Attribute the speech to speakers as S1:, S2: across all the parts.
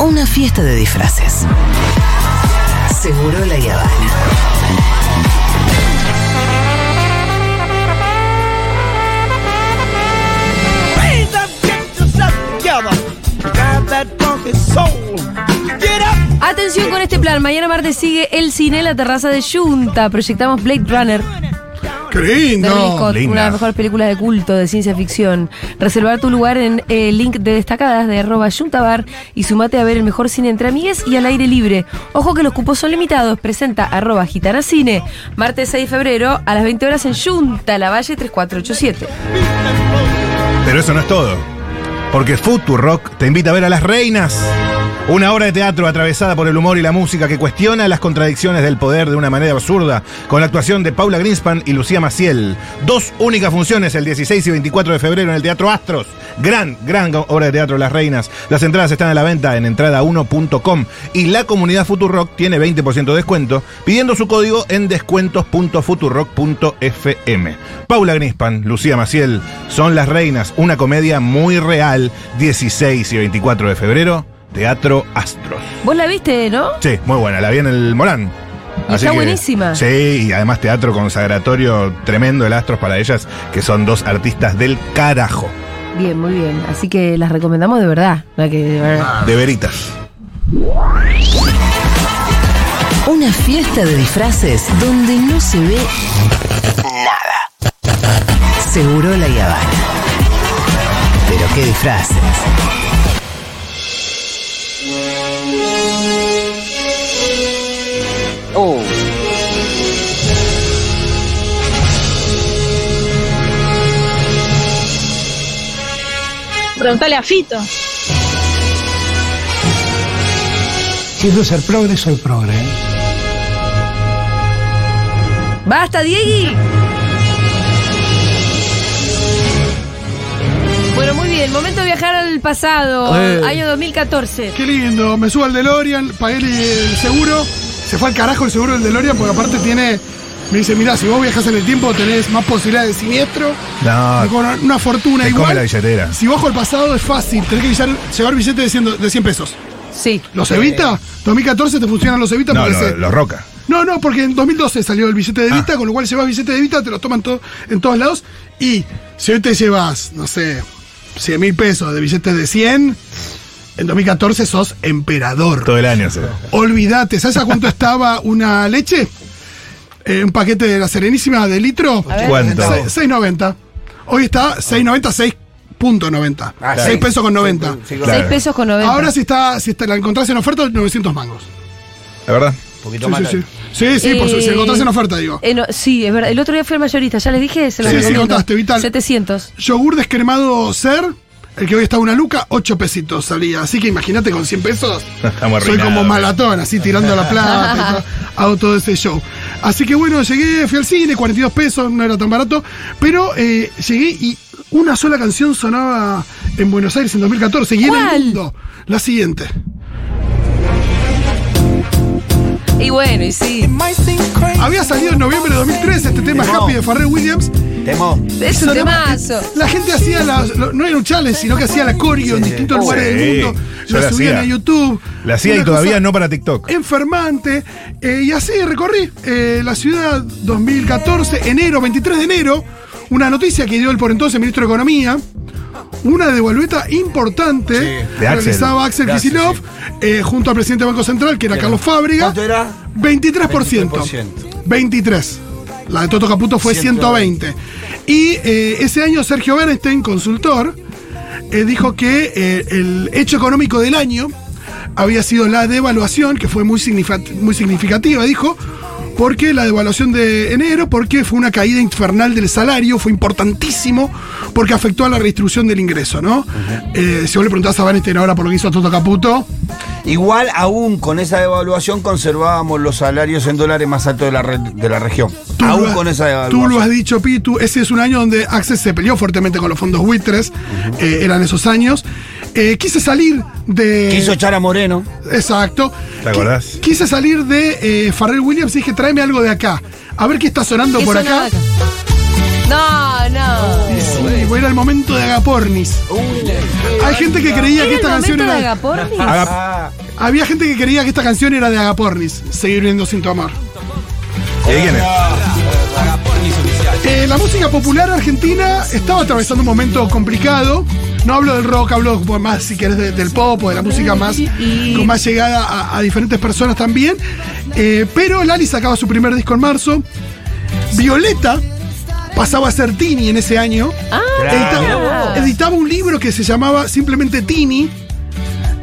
S1: una fiesta de disfraces. Seguro la Yavana.
S2: Raise up, get yourself together. Grab that funky soul. Get up.
S3: Atención con este plan. Mañana martes sigue el cine en la terraza de Junta. Proyectamos Blade Runner
S4: ¡Qué
S3: de Ridley
S4: lindo!
S3: Scott, una de las mejores películas de culto de ciencia ficción. Reservar tu lugar en el link de destacadas de arroba Juntabar y sumate a ver el mejor cine entre amigues y al aire libre. Ojo que los cupos son limitados. Presenta arroba Gitana Cine. Martes 6 de febrero a las 20 horas en Junta, La Valle 3487.
S4: Pero eso no es todo. Porque Futurock te invita a ver a las reinas. Una obra de teatro atravesada por el humor y la música que cuestiona las contradicciones del poder de una manera absurda, con la actuación de Paula Greenspan y Lucía Maciel. Dos únicas funciones el 16 y 24 de febrero en el Teatro Astros. Gran, gran obra de teatro Las Reinas. Las entradas están a la venta en entrada1.com y la comunidad Futurock tiene 20% de descuento pidiendo su código en descuentos.futurock.fm. Paula Greenspan, Lucía Maciel, son Las Reinas, una comedia muy real, 16 y 24 de febrero. Teatro Astros.
S3: Vos la viste, ¿no?
S4: Sí, muy buena, la vi en el Morán.
S3: Y está buenísima.
S4: Sí, y además teatro consagratorio tremendo el Astros para ellas, que son dos artistas del carajo.
S3: Bien, muy bien. Así que las recomendamos de verdad. No hay que-
S4: De veritas.
S1: Una fiesta de disfraces donde no se ve nada. Seguro la Yavana. Pero qué disfraces.
S5: Preguntale a Fito.
S6: Quiero ser progre, soy progre. ¿eh?
S3: ¡Basta, Diegui! Bueno, muy bien. Momento de viajar al pasado,
S4: Eh.
S3: año 2014.
S7: Qué lindo, me subo al DeLorean, pagué el el seguro, se fue al carajo el seguro del DeLorean porque aparte tiene, me dice, mirá, si vos viajas en el tiempo tenés más posibilidades de siniestro,
S4: No,
S7: y con una fortuna
S4: Ah. te come
S7: igual.
S4: la billetera.
S7: Si bajo el pasado es fácil, tenés que llevar, llevar billetes de 100, de 100 pesos.
S3: Sí.
S7: ¿Los Evita? 2014 te funcionan los Evita
S4: No,
S7: porque
S4: lo-
S7: se-
S4: los Roca.
S7: no, no, porque en 2012 salió el billete de
S4: Ah.
S7: Vita, con lo cual llevas billete de Vita, te los toman to- en todos lados. Y si hoy te llevas, no sé, 100 mil pesos de billetes de 100, en 2014 sos emperador.
S4: Todo el año se.
S7: Olvídate, ¿sabes a cuánto estaba una leche? Eh, un paquete de la Serenísima de litro.
S3: ver.
S4: ¿Cuánto?
S7: Se- 6.90. Hoy está 6.90, 6.90.
S8: Ah,
S7: 6
S8: sí.
S7: pesos con 90.
S4: Claro.
S3: 6 pesos con 90.
S7: Ahora si está, si te la encontrás en oferta, 900 mangos.
S4: La verdad.
S8: Un poquito
S7: Sí,
S8: más.
S7: sí, sí. Sí, sí, por su- si
S3: Eh,
S7: encontrás en oferta, digo.
S3: Eh, no, sí, es verdad. El otro día fui al mayorista, ya les dije, se lo
S7: Sí, sí,
S3: recomiendo.
S7: contaste, Vital.
S3: 700.
S7: Yogur descremado ser, el que hoy está una luca, 8 pesitos salía. Así que imagínate con 100 pesos.
S4: Estamos
S7: soy como
S4: arruinados.
S7: malatón, así tirando la plata, y todo- hago todo ese show. Así que bueno, llegué, fui al cine, 42 pesos, no era tan barato, pero eh, llegué y una sola canción sonaba en Buenos Aires en 2014 y en
S3: ¿Cuál?
S7: el mundo. La siguiente.
S3: Y bueno, y sí.
S7: Había salido en noviembre de 2013 este tema
S8: No.
S7: Happy de Farrell Williams
S8: Temo.
S3: Es un
S7: Sonaba-
S3: temazo.
S7: La gente hacía las. lo- No era un challenge, sino que hacía la coreo en distintos
S4: Sí.
S7: lugares del mundo.
S4: Yo la
S7: Lo subían
S4: hacía.
S7: a YouTube.
S4: La hacía y
S7: Una
S4: todavía
S7: cosa
S4: no para TikTok.
S7: Enfermante. Eh, y así recorrí eh, la ciudad 2014, enero, 23 de enero. Una noticia que dio el por entonces ministro de Economía. Una devolveta importante
S4: De Axel.
S7: realizaba Axel
S8: De Axel,
S7: Kicillof eh, junto al presidente del Banco Central, que era Carlos Fábrega.
S8: ¿Cuánto era?
S7: 23%.
S8: 23%.
S7: 23. La de Toto Caputo fue 120. Y eh, ese año Sergio Bernstein, consultor, eh, dijo que eh, el hecho económico del año había sido la devaluación, que fue muy, significat- muy significativa, dijo, porque la devaluación de enero, porque fue una caída infernal del salario, fue importantísimo, porque afectó a la redistribución del ingreso, ¿no? Eh, si vos le preguntás a Bernstein ahora por lo que hizo Toto Caputo,
S8: Igual aún con esa devaluación conservábamos los salarios en dólares más altos de la, red- de la región.
S7: Tú
S8: aún
S7: lo-
S8: con esa
S7: Tú lo has
S8: devaluación.
S7: dicho, Pitu. Ese es un año donde Access se peleó fuertemente con los fondos buitres. eh, eran esos años. Eh, quise salir de.
S8: Quiso echar a Moreno.
S7: Exacto.
S4: ¿Te acordás?
S7: Qui- Quise salir de eh, Farrell Williams y dije, tráeme algo de acá. A ver qué está sonando
S3: ¿Qué
S7: por
S3: sonaba
S7: acá.
S3: acá? No, no.
S7: porque era el momento de Agapornis. Hay gente que creía
S3: ¿Era
S7: que
S3: el
S7: esta canción
S3: momento de
S7: era.
S3: Agapornis?
S4: Haga-
S8: Ah,
S7: Había gente que creía que esta canción era de Agapornis, Seguir viendo sin tu amor.
S4: ¿Y de quién es?
S7: Eh, la música popular argentina estaba atravesando un momento complicado. No hablo del rock, hablo bueno, más, si querés, de- del pop o de la música más
S3: Y-
S7: con más llegada a, a diferentes personas también. Eh, pero Lali sacaba su primer disco en marzo. Violeta pasaba a ser Tini en ese año. editaba, editaba un libro que se llamaba simplemente Tini.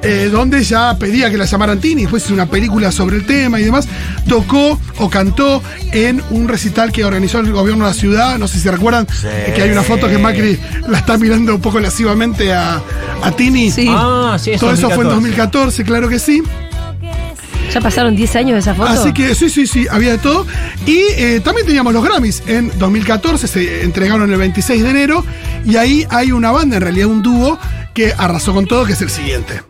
S7: eh, donde ya pedía que la llamaran Tini, después hizo una película sobre el tema y demás, tocó o cantó en un recital que organizó el gobierno de la ciudad, no sé si recuerdan, eh, que hay una foto que Macri la está mirando un poco lascivamente a, a Tini.
S3: Sí,
S5: Ah, sí, es
S7: Todo eso fue en
S5: 2014.
S7: 2014, claro que sí.
S3: ya pasaron 10 años de esa foto.
S7: Así que sí, sí, sí, había de todo. Y eh, también teníamos los Grammys. En 2014 se entregaron el 26 de enero y ahí hay una banda, en realidad un dúo, que arrasó con todo, que es el siguiente.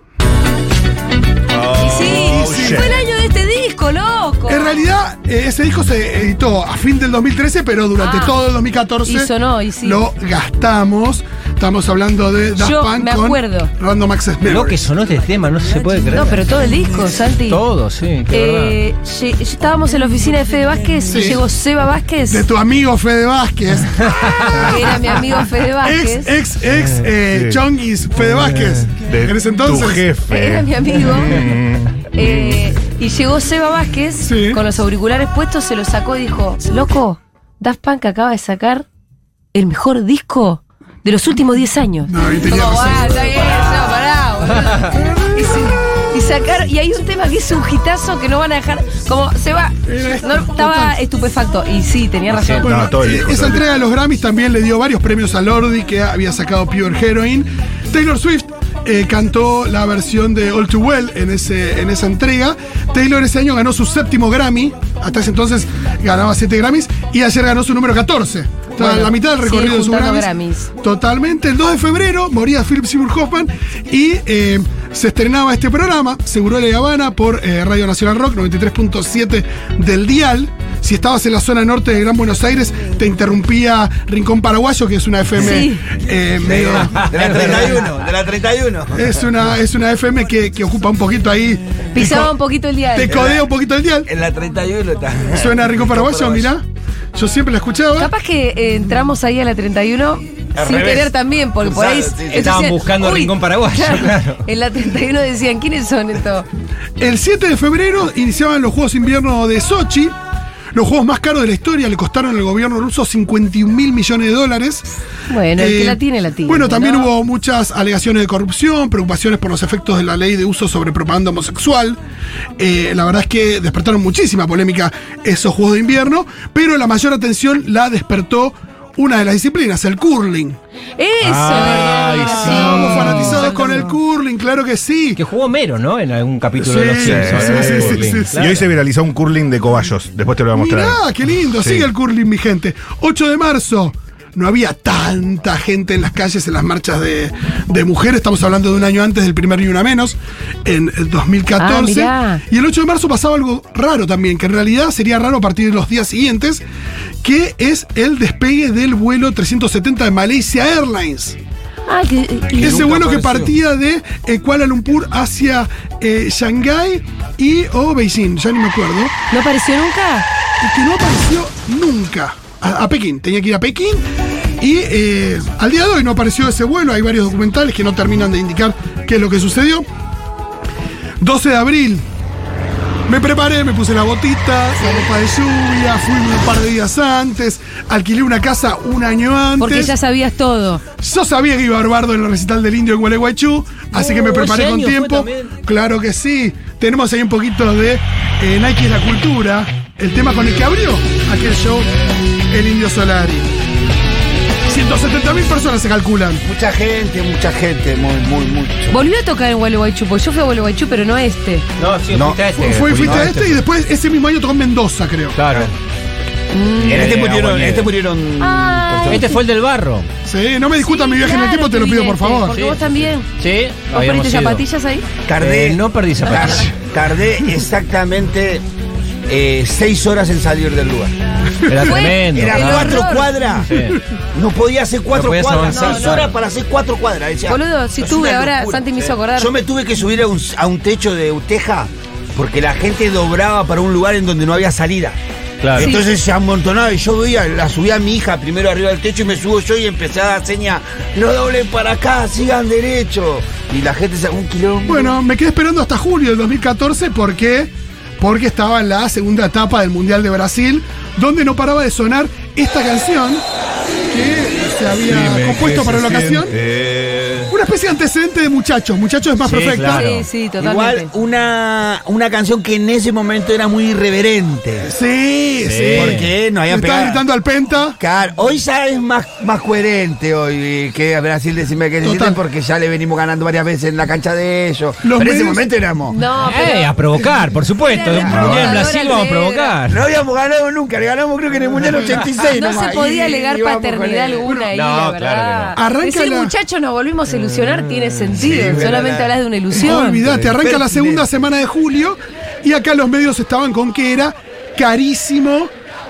S3: sí,
S4: shit.
S3: fue el año de este disco, loco.
S7: En realidad, eh, ese disco se editó a fin del 2013, pero durante
S3: Ah.
S7: todo el 2014
S3: Y sonó, y sí.
S7: lo gastamos. Estamos hablando de Daft
S3: Yo
S7: Punk
S3: me acuerdo.
S7: con Random Access
S5: Lo
S7: Memories.
S5: que sonó este tema, no se puede creer.
S3: No, pero todo el disco, Santi.
S5: Todo, sí, qué
S3: Eh, lle- estábamos en la oficina de Fede Vázquez y
S7: Sí.
S3: llegó Seba Vázquez,
S7: De tu amigo Fede Vázquez.
S3: que era mi amigo Fede Vázquez.
S7: ex, ex, ex eh,
S4: Sí. Eh,
S7: Chonguis Fede Vázquez.
S4: De
S7: en ese entonces.
S4: Tu
S3: Era mi
S4: jefe. Mm.
S3: amigo. Eh, y llegó Seba Vázquez
S7: Sí.
S3: con los auriculares puestos, se los sacó y dijo: Loco, Daft Punk acaba de sacar el mejor disco de los últimos 10 años.
S7: No, y tenía
S3: Como,
S7: razón.
S3: "Ah, está bien, no, pará, boludo". Y se- Y sacar, y hay un tema que es un hitazo que no van a dejar. Como Seba no, estaba estupefacto. Y sí, tenía razón.
S4: No, todo el
S7: eh,
S4: disco, todo
S7: esa
S4: el
S7: entrega de los Grammys también le dio varios premios a Lordi, que había sacado Pure Heroin. Taylor Swift eh, cantó la versión de All Too Well en, ese, en esa entrega. Taylor ese año ganó su séptimo Grammy. Hasta ese entonces ganaba 7 Grammys. Y ayer ganó su número 14. O sea,
S3: Bueno,
S7: la mitad del
S3: sigue
S7: recorrido de su
S3: juntando
S7: Grammys.
S3: Grammys.
S7: Totalmente. El 2 de febrero moría Philip Seymour Hoffman y eh, se estrenaba este programa, Seguro La Habana, por eh, Radio Nacional Rock 93.7 del Dial. Si estabas en la zona norte de Gran Buenos Aires, te interrumpía Rincón Paraguayo, que es una FM
S3: Sí.
S7: eh, medio.
S8: de la 31, de la 31.
S7: Es una, es una FM que, que ocupa un poquito ahí.
S3: Pisaba
S7: te co-
S3: un poquito el día
S7: Te codea un poquito el Dial.
S8: En la 31 está.
S7: Suena Rincón Paraguayo, mirá. Yo siempre la escuchaba.
S3: Capaz que eh, entramos ahí a la 31
S8: Al
S3: sin
S8: revés.
S3: querer también, porque por
S8: Cruzado,
S3: ahí
S8: sí, sí.
S3: entonces
S5: Estaban
S3: decían,
S5: buscando
S3: "Uy".
S5: Rincón Paraguayo, claro.
S3: En la 31 decían, ¿quiénes son estos?
S7: El 7 de febrero iniciaban los Juegos de Invierno de Sochi. Los juegos más caros de la historia le costaron al gobierno ruso 51 mil millones de dólares.
S3: Bueno, el
S7: Eh,
S3: que la tiene, la tiene.
S7: Bueno, también
S3: ¿no?
S7: hubo muchas alegaciones de corrupción, preocupaciones por los efectos de la ley de uso sobre propaganda homosexual. Eh, la verdad es que despertaron muchísima polémica esos juegos de invierno, pero la mayor atención la despertó una de las disciplinas, el curling.
S3: Eso,
S4: Ay,
S3: Mariana.
S4: sí.
S7: Estábamos fanatizados con el curling, claro que sí.
S5: Que jugó Mero, ¿no? En algún capítulo de los
S7: Sí,
S5: Simpsons.
S7: sí,
S5: ¿no?
S7: sí, sí, sí,
S5: Curling,
S7: sí.
S4: eh. Y
S5: claro.
S4: hoy se viralizó un curling de cobayos. Después te lo voy a mostrar.
S7: Mirá, qué lindo,
S4: Sí.
S7: sigue el curling, mi gente. 8 de marzo. No había tanta gente en las calles, en las marchas de, de mujeres. Estamos hablando de un año antes del primer Ni Una Menos, en el 2014.
S3: Ah, mirá.
S7: y el 8 de marzo pasaba algo raro también, que en realidad sería raro a partir de los días siguientes, que es el despegue del vuelo 370 de Malaysia Airlines.
S3: Ah, que- y-
S7: Ese
S8: nunca
S7: vuelo que
S8: apareció.
S7: partía de eh, Kuala Lumpur hacia eh, Shanghái y o Beijing, ya ni me acuerdo
S3: ¿No apareció nunca?
S7: y que no apareció nunca a, a Pekín. Tenía que ir a Pekín y eh, al día de hoy no apareció ese vuelo. Hay varios documentales que no terminan de indicar qué es lo que sucedió. 12 de abril. Me preparé, me puse la botita, la ropa de lluvia, fui un par de días antes, alquilé una casa un año antes.
S3: Porque ya sabías todo.
S7: Yo sabía que iba a Barbardo en el recital del Indio en Gualeguaychú, así que me
S5: Oh,
S7: preparé
S5: ese
S7: con
S5: año
S7: tiempo.
S5: fue también.
S7: Claro que sí. Tenemos ahí un poquito de eh, Nike es la cultura, el tema con el que abrió aquel show el Indio Solari. 170.000 personas se calculan.
S5: Eh,
S8: Mucha gente, mucha gente, muy, muy, mucho.
S3: Volvió a tocar en Gualeguaychú, porque yo fui a Gualeguaychú, pero no este.
S5: No, sí,
S8: No.
S5: fuiste a este.
S7: Fue fuiste
S5: No,
S7: a este y después ese mismo año tocó en Mendoza, creo.
S5: Claro.
S8: En este
S5: Eh,
S8: murieron, en
S5: Aguanieve.
S8: este murieron.
S3: Ay,
S5: Este fue el del barro.
S7: Sí, no me discutan
S3: sí,
S7: mi viaje en el
S3: claro
S7: tiempo, te
S3: que
S7: lo pido por
S3: viniste,
S7: favor.
S3: Porque
S5: Sí.
S3: vos también.
S5: Sí.
S3: ¿Vos
S5: habíamos
S3: poniste
S5: ido.
S3: zapatillas ahí?
S8: Tardé.
S5: Eh, no perdí zapatillas.
S8: tar- Tardé exactamente eh, seis horas en salir del lugar.
S5: Era
S3: Fue-
S5: tremendo.
S8: Era
S3: El
S8: cuatro
S3: horror.
S8: cuadras.
S5: Sí.
S8: No podía hacer cuatro
S5: No podías
S8: cuadras.
S5: avanzar,
S8: seis
S5: claro.
S8: horas para hacer cuatro cuadras. decía,
S3: Boludo, si
S8: es
S3: tuve
S8: una
S3: ahora, Santi me hizo acordar.
S8: Yo me tuve que subir a un, a un techo de Uteja porque la gente doblaba para un lugar en donde no había salida.
S5: Claro.
S8: Entonces se amontonaba y yo veía, la subí a mi hija primero arriba del techo y me subo yo y empecé a dar señas, no doblen para acá, sigan derecho. Y la gente sacó un quilombo.
S7: Bueno, me quedé esperando hasta julio del 2014 porque, porque estaba en la segunda etapa del Mundial de Brasil, donde no paraba de sonar esta canción que se había
S4: Dime
S7: compuesto
S4: qué
S7: para
S4: se
S7: la ocasión.
S4: siente.
S7: Una especie de antecedente de muchachos. Muchachos es más
S5: Sí,
S7: perfecta.
S5: claro.
S3: Sí, sí, totalmente.
S8: Igual una, una canción que en ese momento era muy irreverente.
S7: Sí, sí.
S5: Sí.
S8: Porque no
S7: Le
S8: había
S7: estaba
S8: pegado.
S7: gritando al Penta.
S8: Claro, hoy ya es más, más coherente hoy eh, que Brasil decime que
S7: Total.
S8: decirte porque ya le venimos ganando varias veces en la cancha de ellos.
S7: Los
S8: Pero en ese
S7: medios-
S8: momento éramos. No.
S3: uh, No,
S5: Eh,
S3: pero.
S5: a provocar, por supuesto.
S3: Era
S5: Un mundial en Brasil
S3: provocador
S5: vamos a
S3: Alfredo.
S5: provocar.
S8: habíamos ganado nunca, le ganamos creo que en el Mundial 86.
S3: No
S8: nomás,
S3: se podía
S8: y-
S3: alegar
S8: y vamos con
S3: paternidad
S8: él.
S3: alguna ahí,
S5: No, Mm.
S3: la
S5: claro
S3: verdad.
S7: que no. Arranca
S3: Decir
S7: la-
S3: muchachos nos volvimos a ilusionar tiene
S8: sí,
S3: sentido.
S8: verdad,
S3: Solamente
S8: la-
S3: hablas de una ilusión.
S7: Olvídate, arranca la
S8: Pertinente.
S7: segunda semana de julio y acá los medios estaban con que era carísimo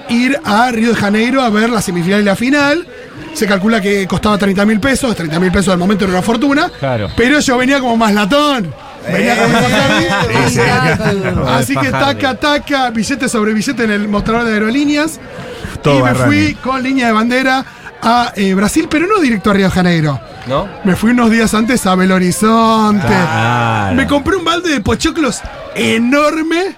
S7: ir a Río de Janeiro a ver la semifinal y la final. Se calcula que costaba 30 mil pesos, 30 mil pesos al momento era una fortuna.
S5: Claro.
S7: Pero yo venía como más latón. Venía como más latón.
S3: Eh, Sí, sí.
S7: Así que
S5: Fajardo.
S7: taca, taca, billete sobre billete en el mostrador de aerolíneas.
S4: Todo
S7: y me
S4: Barrani.
S7: fui con línea de bandera a eh, Brasil, pero no directo a Río de Janeiro.
S5: ¿No?
S7: Me fui unos días antes a Belo Horizonte.
S5: Claro.
S7: Me compré un balde de pochoclos enorme.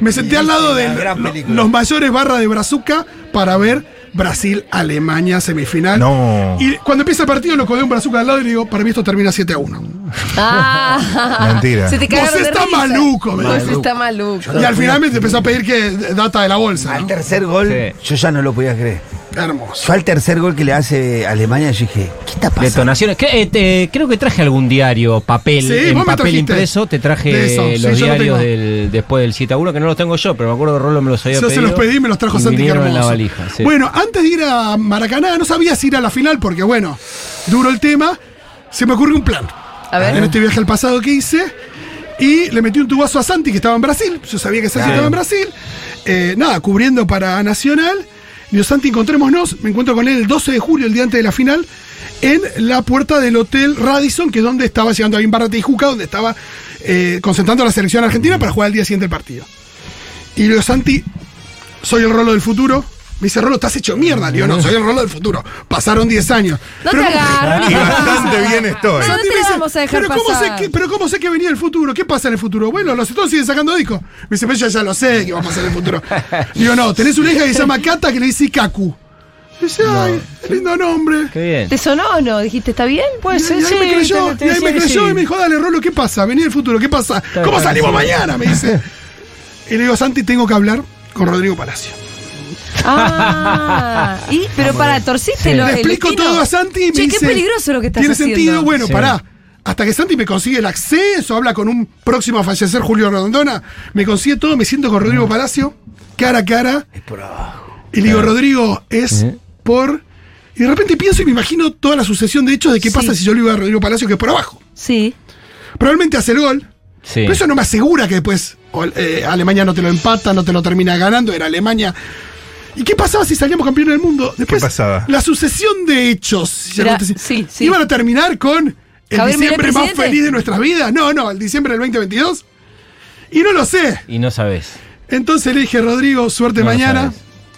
S7: Me senté al lado de
S8: la gran
S7: lo-
S8: película.
S7: los mayores barra de Brazuca para ver Brasil-Alemania semifinal.
S4: No.
S7: Y cuando empieza el partido lo colé un Brazuca al lado y le digo, para mí esto termina 7 a 1.
S3: Ah,
S4: Mentira.
S3: Se te
S7: Vos
S3: cagaron de
S7: está
S3: risa.
S7: maluco, me
S3: Vos
S7: dijo.
S3: está maluco.
S7: Y al final me empezó a pedir que data de la bolsa.
S8: Al
S7: ¿no?
S8: tercer gol,
S5: Sí.
S8: yo ya no lo podía creer.
S7: Hermoso.
S8: Yo al tercer gol que le hace Alemania, yo dije, ¿qué está pasando?
S5: Detonaciones. Cre- eh, te- creo que traje algún diario, papel,
S7: Sí,
S5: en
S7: vos me
S5: papel
S7: trajiste
S5: impreso. Te
S7: de
S5: traje
S7: eso. Sí,
S5: los
S7: yo lo tengo.
S5: diarios del, después del 7 a 1, que no los tengo yo, pero me acuerdo que Rolo me los había
S7: Yo se
S5: pedido.
S7: los pedí, me los trajo
S5: y
S7: Santi
S5: vinieron en la
S7: Carmoso.
S5: valija. sí.
S7: Bueno, antes de ir a Maracaná, no sabía si ir a la final porque, bueno, duro el tema. Se me ocurrió un plan.
S3: A ver.
S7: En este viaje al pasado que hice. Y le metí un tubazo a Santi, que estaba en Brasil. Yo sabía que Santi estaba en Brasil. Eh, nada, cubriendo para Nacional. Y yo, Santi, encontrémonos. Me encuentro con él el 12 de julio, el día antes de la final, en la puerta del Hotel Radisson, que es donde estaba llegando a Barrate y Juca, donde estaba eh, concentrando a la selección argentina para jugar el día siguiente el partido. Y le digo, Santi, soy el rolo del futuro. Me dice, Rolo, estás hecho mierda. Le digo, no, soy el rolo del futuro. Pasaron 10 años.
S3: No te
S7: Pero-
S3: agarro.
S4: Y bastante bien estoy.
S3: No, no te
S7: me dice,
S3: vamos a dejar
S7: pero ¿cómo, sé
S3: pasar.
S7: que, pero ¿cómo sé que venía el futuro? ¿Qué pasa en el futuro? Bueno, los estados siguen sacando discos. Me dice, pero yo ya lo sé que va a pasar en el futuro. Digo, no, tenés una hija que se llama Cata que le dice Kaku. Y dice, ay, qué lindo nombre.
S5: Qué bien.
S3: ¿Te sonó o no? ¿Dijiste está bien?
S7: Y,
S3: Pues
S7: y ahí me creyó, y ahí me creyó y me dijo, dale, Rolo, ¿qué pasa? Venía el futuro, ¿qué pasa? ¿Cómo
S5: bien,
S7: salimos
S5: sí.
S7: mañana? Me dice. Y le digo, Santi, tengo que hablar con Rodrigo Palacio.
S3: Ah, y, pero para, torciste lo
S7: Le
S3: el
S7: explico
S3: destino.
S7: todo a Santi y me
S3: Che, qué
S7: dice,
S3: peligroso lo que estás
S7: ¿Tiene
S3: haciendo.
S7: sentido? Bueno,
S5: Sí.
S7: pará. Hasta que Santi me consigue el acceso, habla con un próximo a fallecer, Julio Rondona, me consigue todo, me siento con Rodrigo Palacio, cara a cara. Y le digo, Rodrigo, es
S5: ¿Eh?
S7: por... Y de repente pienso y me imagino toda la sucesión de hechos de qué
S3: Sí.
S7: pasa si yo le iba a Rodrigo Palacio, que es por abajo.
S3: Sí.
S7: Probablemente hace el gol,
S5: Sí.
S7: pero eso no me asegura que después o, eh, Alemania no te lo empata, no te lo termina ganando, era Alemania. ¿Y qué pasaba si salíamos campeón del mundo? Después,
S4: pasaba?
S7: La sucesión de hechos. si ya
S3: Era-
S7: no te-
S3: sí, sí.
S7: ¿Iban a terminar con el
S3: Javier Milei
S7: diciembre más
S3: presidente?
S7: feliz de nuestras vidas? No, no, el diciembre del 2022. Y no lo sé.
S5: Y no sabes.
S7: Entonces le dije, Rodrigo, suerte
S5: No lo
S7: mañana.
S5: sabes.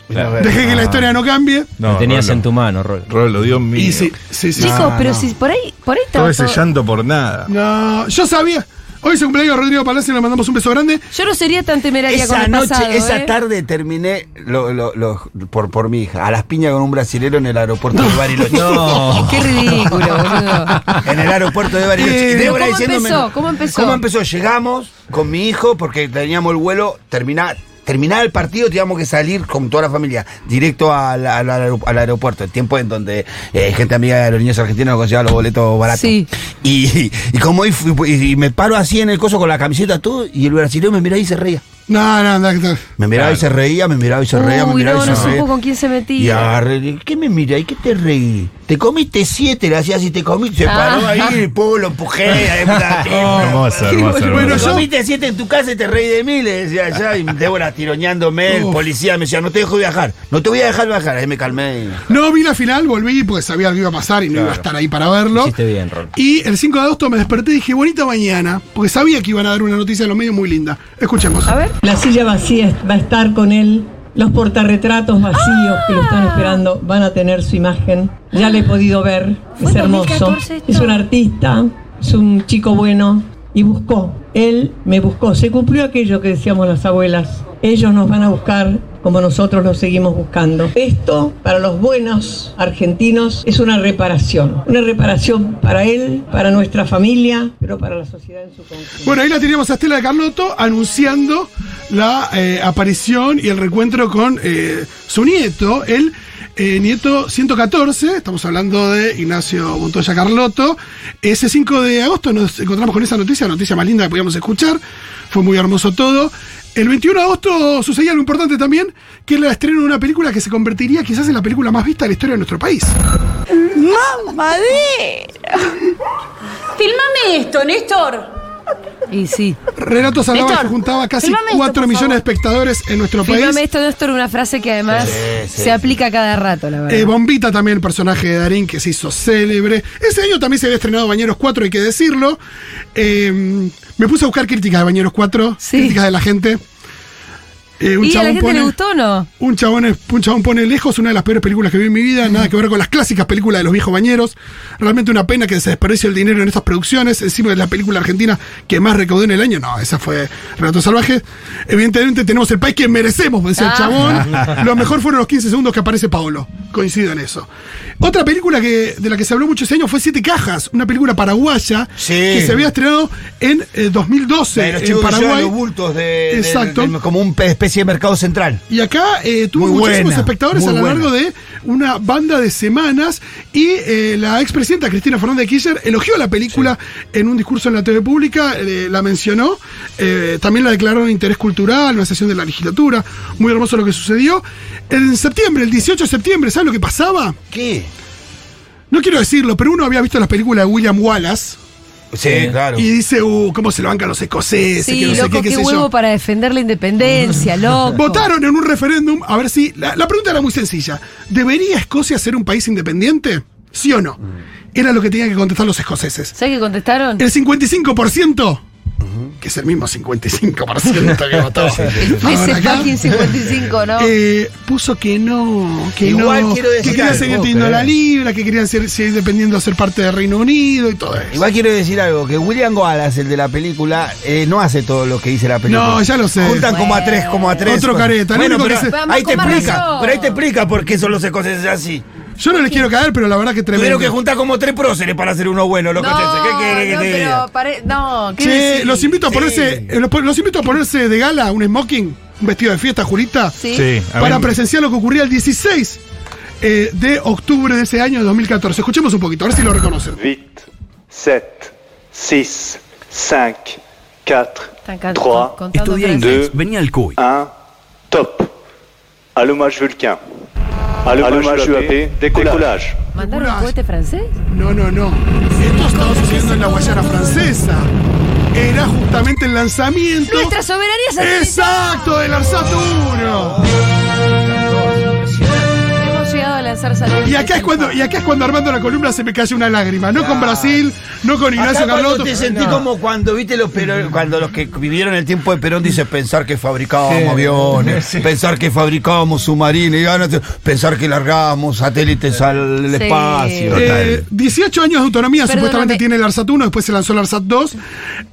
S5: Claro.
S7: Dejé que la historia no cambie.
S5: Lo tenías
S4: Rolo.
S5: en tu mano, Rolo.
S4: Rolo, Dios mío.
S7: Y sí, sí, sí.
S3: Chicos, pero si por ahí, por ahí
S4: Todo
S3: estaba
S4: ese
S3: todo-
S4: llanto por nada.
S7: No, yo sabía. Hoy se cumpleaños de Rodrigo Palacio, le mandamos un beso grande.
S3: Yo no sería tan temeraria con
S8: Esa
S3: el
S8: noche,
S3: pasado,
S8: esa
S3: ¿eh?
S8: tarde terminé lo- lo- lo- por, por mi hija, a las piñas con un brasilero en el aeropuerto de Bariloche.
S5: No.
S7: Oh.
S3: Qué ridículo, boludo.
S8: En el aeropuerto de
S7: Eh,
S8: Bariloche. Y
S7: ¿pero
S8: Débora
S3: cómo
S8: diciéndome-
S3: empezó? ¿Cómo empezó?
S8: ¿Cómo empezó? Llegamos con mi hijo porque teníamos el vuelo, terminaba, terminaba el partido, teníamos que salir con toda la familia directo al, al- al aer- al aeropuerto. El tiempo en donde eh, gente amiga de aerolíneas argentinas nos conseguía los boletos baratos.
S3: Sí.
S8: Y, y como ahí fui- y, y me paro así en el coso con la camiseta todo, y el brasileño me miraba y se reía.
S7: No, no, no, no.
S8: Me miraba y se reía, me miraba y se reía, me
S3: Uy, no,
S8: miraba y se
S3: no
S8: reía.
S3: supo con quién se
S8: Y
S3: metía.
S8: agarré, le dije, ¿qué me mira? ¿Y qué te reí? Te comiste siete, le hacía así, te comiste. Se paró
S7: Ah.
S8: ahí, el pueblo lo empujé. ahí, puta,
S4: hermoso, hermoso.
S7: Bueno,
S8: Te
S4: hermoso.
S7: yo-
S8: comiste siete en tu casa y te reí de mí, le decía allá. Y Débora tiroñándome, el policía me decía, no te dejo viajar, no te voy a dejar viajar. Ahí me calmé.
S7: No vi la final, volví porque sabía que iba a pasar y no iba a estar ahí para verlo.
S5: Hiciste bien, Ron.
S7: Y el 5 de agosto me desperté y dije, bonita mañana, porque sabía que iban a dar una noticia en los medios muy linda. Escuchemos.
S3: A ver.
S9: La silla vacía va a estar con él. Los portarretratos vacíos que lo
S3: Ah.
S9: están esperando van a tener su imagen. Ya le he podido ver.
S3: Fue
S9: Es
S3: en
S9: hermoso.
S3: 2014 esto.
S9: Es un artista, es un chico bueno. Y buscó. Él me buscó. Se cumplió aquello que decíamos las abuelas. Ellos nos van a buscar como nosotros los seguimos buscando. Esto, para los buenos argentinos, es una reparación. Una reparación para él, para nuestra familia, pero para la sociedad en su conjunto.
S7: Bueno, ahí la teníamos a Estela de Carlotto anunciando la eh, aparición y el reencuentro con eh, su nieto, el eh, nieto 114, estamos hablando de Ignacio Montoya Carlotto. Ese 5 de agosto nos encontramos con esa noticia, la noticia más linda que podíamos escuchar, fue muy hermoso todo. El 21 de agosto sucedía algo importante también, que era el estreno de una película que se convertiría quizás en la película más vista de la historia de nuestro país.
S10: ¡Mamadera! Filmame esto, Néstor.
S3: Y sí.
S7: Relatos hablaba
S10: Néstor,
S7: que juntaba casi
S10: filmame esto,
S7: 4
S10: por
S7: millones de
S10: favor.
S7: espectadores en nuestro país.
S3: Fíjame esto, Néstor, una frase que además se aplica cada rato, la verdad.
S7: Eh, Bombita también, el personaje de Darín que se hizo célebre. Ese año también se había estrenado Bañeros 4, hay que decirlo. Eh, me puse a buscar críticas de Bañeros 4,
S3: Sí.
S7: críticas de la gente. Eh, un
S3: ¿Y a la
S7: chabón
S3: gente
S7: pone-
S3: le gustó o no?
S7: Un chabón, es- un chabón pone lejos una de las peores películas que vi en mi vida, nada que ver con las clásicas películas de los viejos bañeros. Realmente una pena que se desperdicie el dinero en estas producciones, encima de la película argentina que más recaudó en el año. No, esa fue Relatos Salvajes. Evidentemente tenemos el país que merecemos, decía el chabón. Lo mejor fueron los 15 segundos que aparece Paolo. Coincido en eso. Otra película que, de la que se habló mucho ese año fue Siete Cajas, una película paraguaya
S8: Sí.
S7: que se había estrenado en eh, 2012
S8: De los
S7: en
S8: chicos que llevan
S7: Paraguay.
S8: los bultos de, de-
S7: Exacto.
S8: de- como una especie de mercado central.
S7: Y acá eh, tuvo
S8: Muy
S7: muchísimos
S8: buena,
S7: espectadores
S8: muy
S7: a lo
S8: buena.
S7: largo de una banda de semanas y eh, la expresidenta Cristina Fernández de Kirchner elogió la película en un discurso en la TV pública, eh, la mencionó, eh, también la declararon interés cultural, una sesión de la legislatura, muy hermoso lo que sucedió. En septiembre, el 18 de septiembre, ¿sabes lo que pasaba?
S8: ¿Qué?
S7: No quiero decirlo, pero uno había visto las películas de William Wallace
S8: Sí, claro.
S7: Eh, y dice, uh, ¿cómo se lo bancan los escoceses?
S3: Sí,
S7: que no sé
S3: loco,
S7: qué, qué
S3: qué
S7: sé yo.
S3: huevo para defender la independencia, loco.
S7: Votaron en un referéndum a ver si. La, la pregunta era muy sencilla. ¿Debería Escocia ser un país independiente? ¿Sí o no?
S8: Mm.
S7: Era lo que tenían que contestar los escoceses.
S3: ¿Sabes qué contestaron?
S7: El 55%, que es el mismo 55% que votó.
S3: Ese
S7: ahora acá,
S3: fucking 55, ¿no?
S7: eh, puso que no, que
S8: Igual
S7: no,
S8: quiero
S7: que
S8: decir
S7: querían
S8: algo,
S7: seguir teniendo
S8: pero-
S7: la libra, que querían ser, seguir dependiendo de ser parte del Reino Unido y todo eso.
S8: Igual quiero decir algo, que William Wallace, el de la película, eh, no hace todo lo que dice la película.
S7: No, ya lo sé.
S8: Juntan como a tres, como a tres.
S7: Otro careta, el
S8: Bueno,
S7: único
S8: pero
S7: que se-
S3: Vamos
S8: ahí te
S3: con más
S8: explica,
S3: razón.
S8: pero ahí te explica por qué son los escoceses así.
S7: Yo no les quiero caer, pero la verdad que tremendo.
S8: Tuvieron que juntar como tres próceres para hacer uno bueno, los escoceses. ¿Qué quiere que
S3: no,
S8: te diga?
S3: pero pare- no, ¿qué
S7: Che,
S3: decís?
S7: los invito a
S8: Sí.
S7: ponerse, eh, los, los invito a ponerse de gala un smoking, un vestido de fiesta, Julita,
S3: Sí.
S4: Sí, a
S7: para
S4: ver,
S7: presenciar lo que ocurría el 16 eh, de octubre de ese año 2014. Escuchemos un poquito, a ver si lo reconocen.
S11: 8, 7, 6, 5, 4,
S3: Están can-
S11: 3,
S3: contando
S11: inglés.
S3: frases.
S11: Deux.
S6: venía al CUI.
S11: 1, top. Allumage Vulcain. Allumage UAP, décollage.
S3: ¿Mandaron un cohete francés?
S7: No, no, no. Esto estaba sucediendo en la Guayana francesa. Era justamente el lanzamiento.
S3: ¡Nuestra soberanía se
S7: ¡Exacto! ¡Del Arsat 1!
S3: Hemos llegado a lanzar satélites.
S7: Y acá, es cuando, y acá es cuando armando la columna se me cayó una lágrima. No con Brasil, no con Ignacio
S8: Acá cuando
S7: Carlotto.
S8: te sentí
S7: No.
S8: como cuando viste los Perón- cuando los que vivieron el tiempo de Perón dice pensar que fabricábamos aviones, pensar que fabricábamos submarinos, y ahora te- pensar que largábamos satélites al
S3: Sí.
S8: espacio.
S7: Eh, 18 años de autonomía
S3: Perdóname.
S7: supuestamente tiene el ARSAT 1, después se lanzó el ARSAT 2.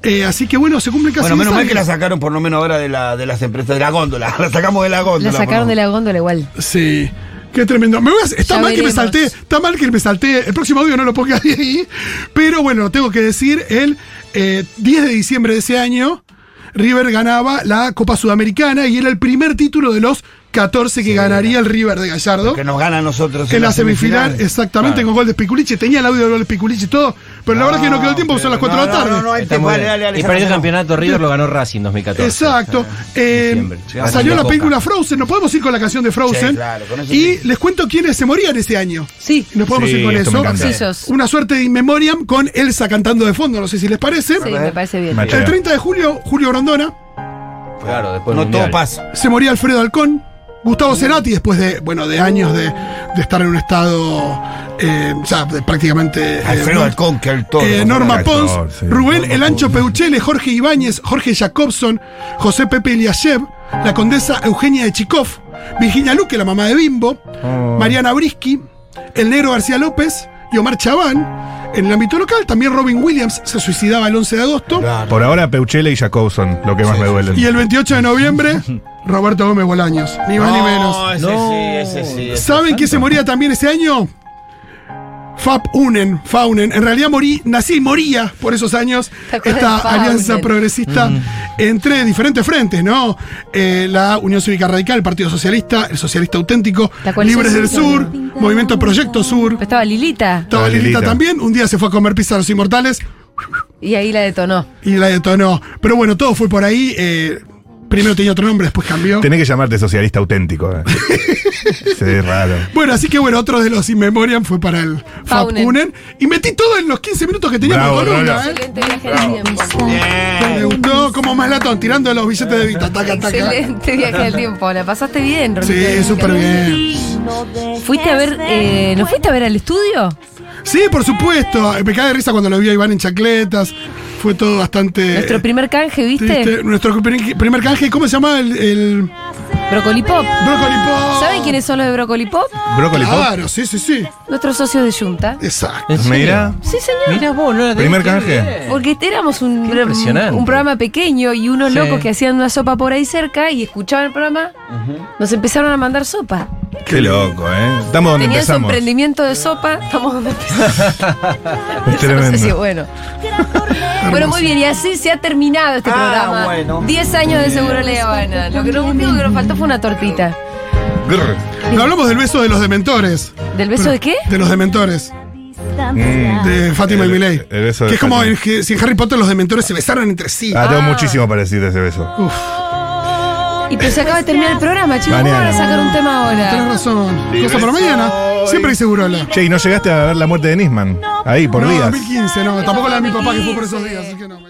S7: eh, así que bueno, se cumplen casi
S8: bueno, menos
S7: 10
S8: mal que la
S7: años.
S8: sacaron por lo menos ahora de, la, de las empresas, de la góndola. La sacamos de la góndola.
S3: La sacaron
S8: por
S3: de
S8: lo
S3: la góndola igual.
S7: Sí. Qué tremendo. Me voy a-
S3: Ya
S7: está mal
S3: veremos.
S7: que me salté, está mal que me salté. El próximo audio no lo ponga ahí. Pero bueno, lo tengo que decir, el eh, 10 de diciembre de ese año, River ganaba la Copa Sudamericana y era el primer título de los 14 que ganaría el River de Gallardo.
S8: Que nos gana a nosotros.
S7: en la semifinal,
S8: semifinales.
S7: exactamente, con gol de Piculichi. Tenía el audio del gol de Piculichi y todo. Pero la verdad que
S8: Ah,
S7: no quedó tiempo, son las 4 de la tarde.
S5: Está muy bien. y perdió el campeonato River, lo ganó Racing 2014.
S7: Exacto. Eh,
S5: Llegaba
S7: salió
S5: sin
S7: la
S5: Boca.
S7: película Frozen. Nos podemos ir con la canción de Frozen.
S8: Sí, claro, con eso
S7: y les cuento quiénes se morían ese año.
S3: Sí.
S7: Nos podemos
S4: Sí,
S7: ir con
S4: esto me
S7: eso.
S4: encanta.
S3: Sí, sos.
S7: Una suerte de in memoriam con Elsa cantando de fondo. No sé si les parece.
S3: Sí, me parece bien.
S4: Macho.
S7: El 30 de julio, Julio Grondona.
S5: Claro, después del
S8: No todo
S5: Mundial.
S8: pasa.
S7: Se moría Alfredo Alcón. Gustavo Cerati, después de, bueno, de años de, de estar en un estado eh, ya, de prácticamente. eh,
S8: Alfredo Alcón, que el todo.
S7: Eh, Norma
S4: actor,
S7: Pons,
S4: sí.
S7: Rubén El Ancho Peuchele, Jorge Ibáñez, Jorge Jacobson, José Pepe Eliashev, la condesa Eugenia de Chikov, Virginia Luque, la mamá de Bimbo, Mariana Briski, el negro García López y Omar Chaván. En el ámbito local, también Robin Williams se suicidaba el 11 de agosto.
S4: Por ahora, Peuchele y Jacobson, lo que más me duele.
S7: Y el 28 de noviembre, Roberto Gómez Bolaños, ni más ni menos.
S8: ese sí, ese sí. ese
S7: ¿Saben quién se moría también ese año? Fab Unen, Faunen. En realidad morí, nací y moría por esos años
S3: ¿Te acuerdas
S7: esta
S3: de Faunen?
S7: alianza progresista entre diferentes frentes, ¿no? Eh, la Unión Cívica Radical, el Partido Socialista, el Socialista Auténtico,
S3: La cual
S7: Libres
S3: sí,
S7: del
S3: sí,
S7: Sur, Movimiento Proyecto Sur.
S3: Pero estaba Lilita
S7: Estaba
S4: La
S7: Lilita
S4: Lilita.
S7: también. Un día se fue a comer pizza a los inmortales
S3: y ahí la detonó.
S7: y la detonó. Pero bueno, todo fue por ahí. eh, primero tenía otro nombre, después cambió.
S4: Tenés que llamarte socialista auténtico. eh. sí, raro.
S7: Bueno, así que bueno, otro de los In Memoriam fue para el Fab
S3: Faunen.
S7: Unen. Y metí todo en los 15 minutos que teníamos
S4: Bravo,
S7: con una,
S4: Lola.
S7: ¿eh?
S3: Excelente viaje al tiempo.
S7: Me gustó como más latón, tirando los billetes de Vita. Taca, taca.
S3: Excelente viaje al tiempo. La pasaste bien,
S7: Sí,
S3: Ronnie.
S7: súper bien.
S3: ¿Fuiste a ver, eh, ¿No fuiste a ver al estudio?
S7: Sí, por supuesto. Me cae de risa cuando lo vi a Iván en chacletas. Fue todo bastante.
S3: Nuestro primer canje,
S7: triste.
S3: ¿viste?
S7: Nuestro primer primer canje, ¿cómo se llama? El, el
S3: Brócoli Pop.
S7: Brócoli Pop.
S3: ¿Saben quiénes son los de Brócoli Pop?
S4: Brócoli Pop.
S7: Claro, sí, sí, sí.
S3: Nuestros socios de Junta.
S7: Exacto.
S5: ¿En serio?
S4: Mira,
S3: Sí, señor.
S5: Mirá vos, no la tenés
S4: Primer
S5: que
S4: canje.
S5: ver.
S3: Porque éramos un,
S5: Qué impresionante.
S3: un programa pequeño y unos
S5: Sí.
S3: locos que hacían una sopa por ahí cerca y escuchaban el programa, nos empezaron a mandar sopa.
S4: qué loco, ¿eh? Estamos donde
S3: Tenían su
S4: empezamos.
S3: emprendimiento de sopa, estamos donde empezamos.
S4: Es
S3: No sé
S4: tremendo.
S3: si es bueno. bueno, muy bien, y así se ha terminado este
S8: Ah,
S3: programa.
S8: bueno.
S3: 10 años de Seguro La Habana. Lo que no- lo único que nos faltó fue una tortita.
S4: Grr.
S7: No hablamos del beso de los dementores.
S3: ¿Del beso de qué?
S7: De los dementores.
S4: Mm.
S3: Ah.
S7: De Fátima
S4: El-
S7: y Miley.
S4: el beso de
S7: que es como
S4: Fátima.
S7: en- que si en Harry Potter los dementores se besaran entre sí.
S4: Ah, tengo muchísimo para decirte ese beso.
S3: Y pues se acaba de terminar el programa, chicos. ¿Cómo van a
S4: Mañana.
S3: sacar un tema
S7: Tienes
S3: ahora?
S7: razón. Cosa para mañana. Siempre hay seguro la.
S4: Che, y no llegaste a ver la muerte de Nisman. Ahí, por
S7: no,
S4: días.
S7: 2015, no. Tampoco la de mi papá que fue por esos días. Así que no.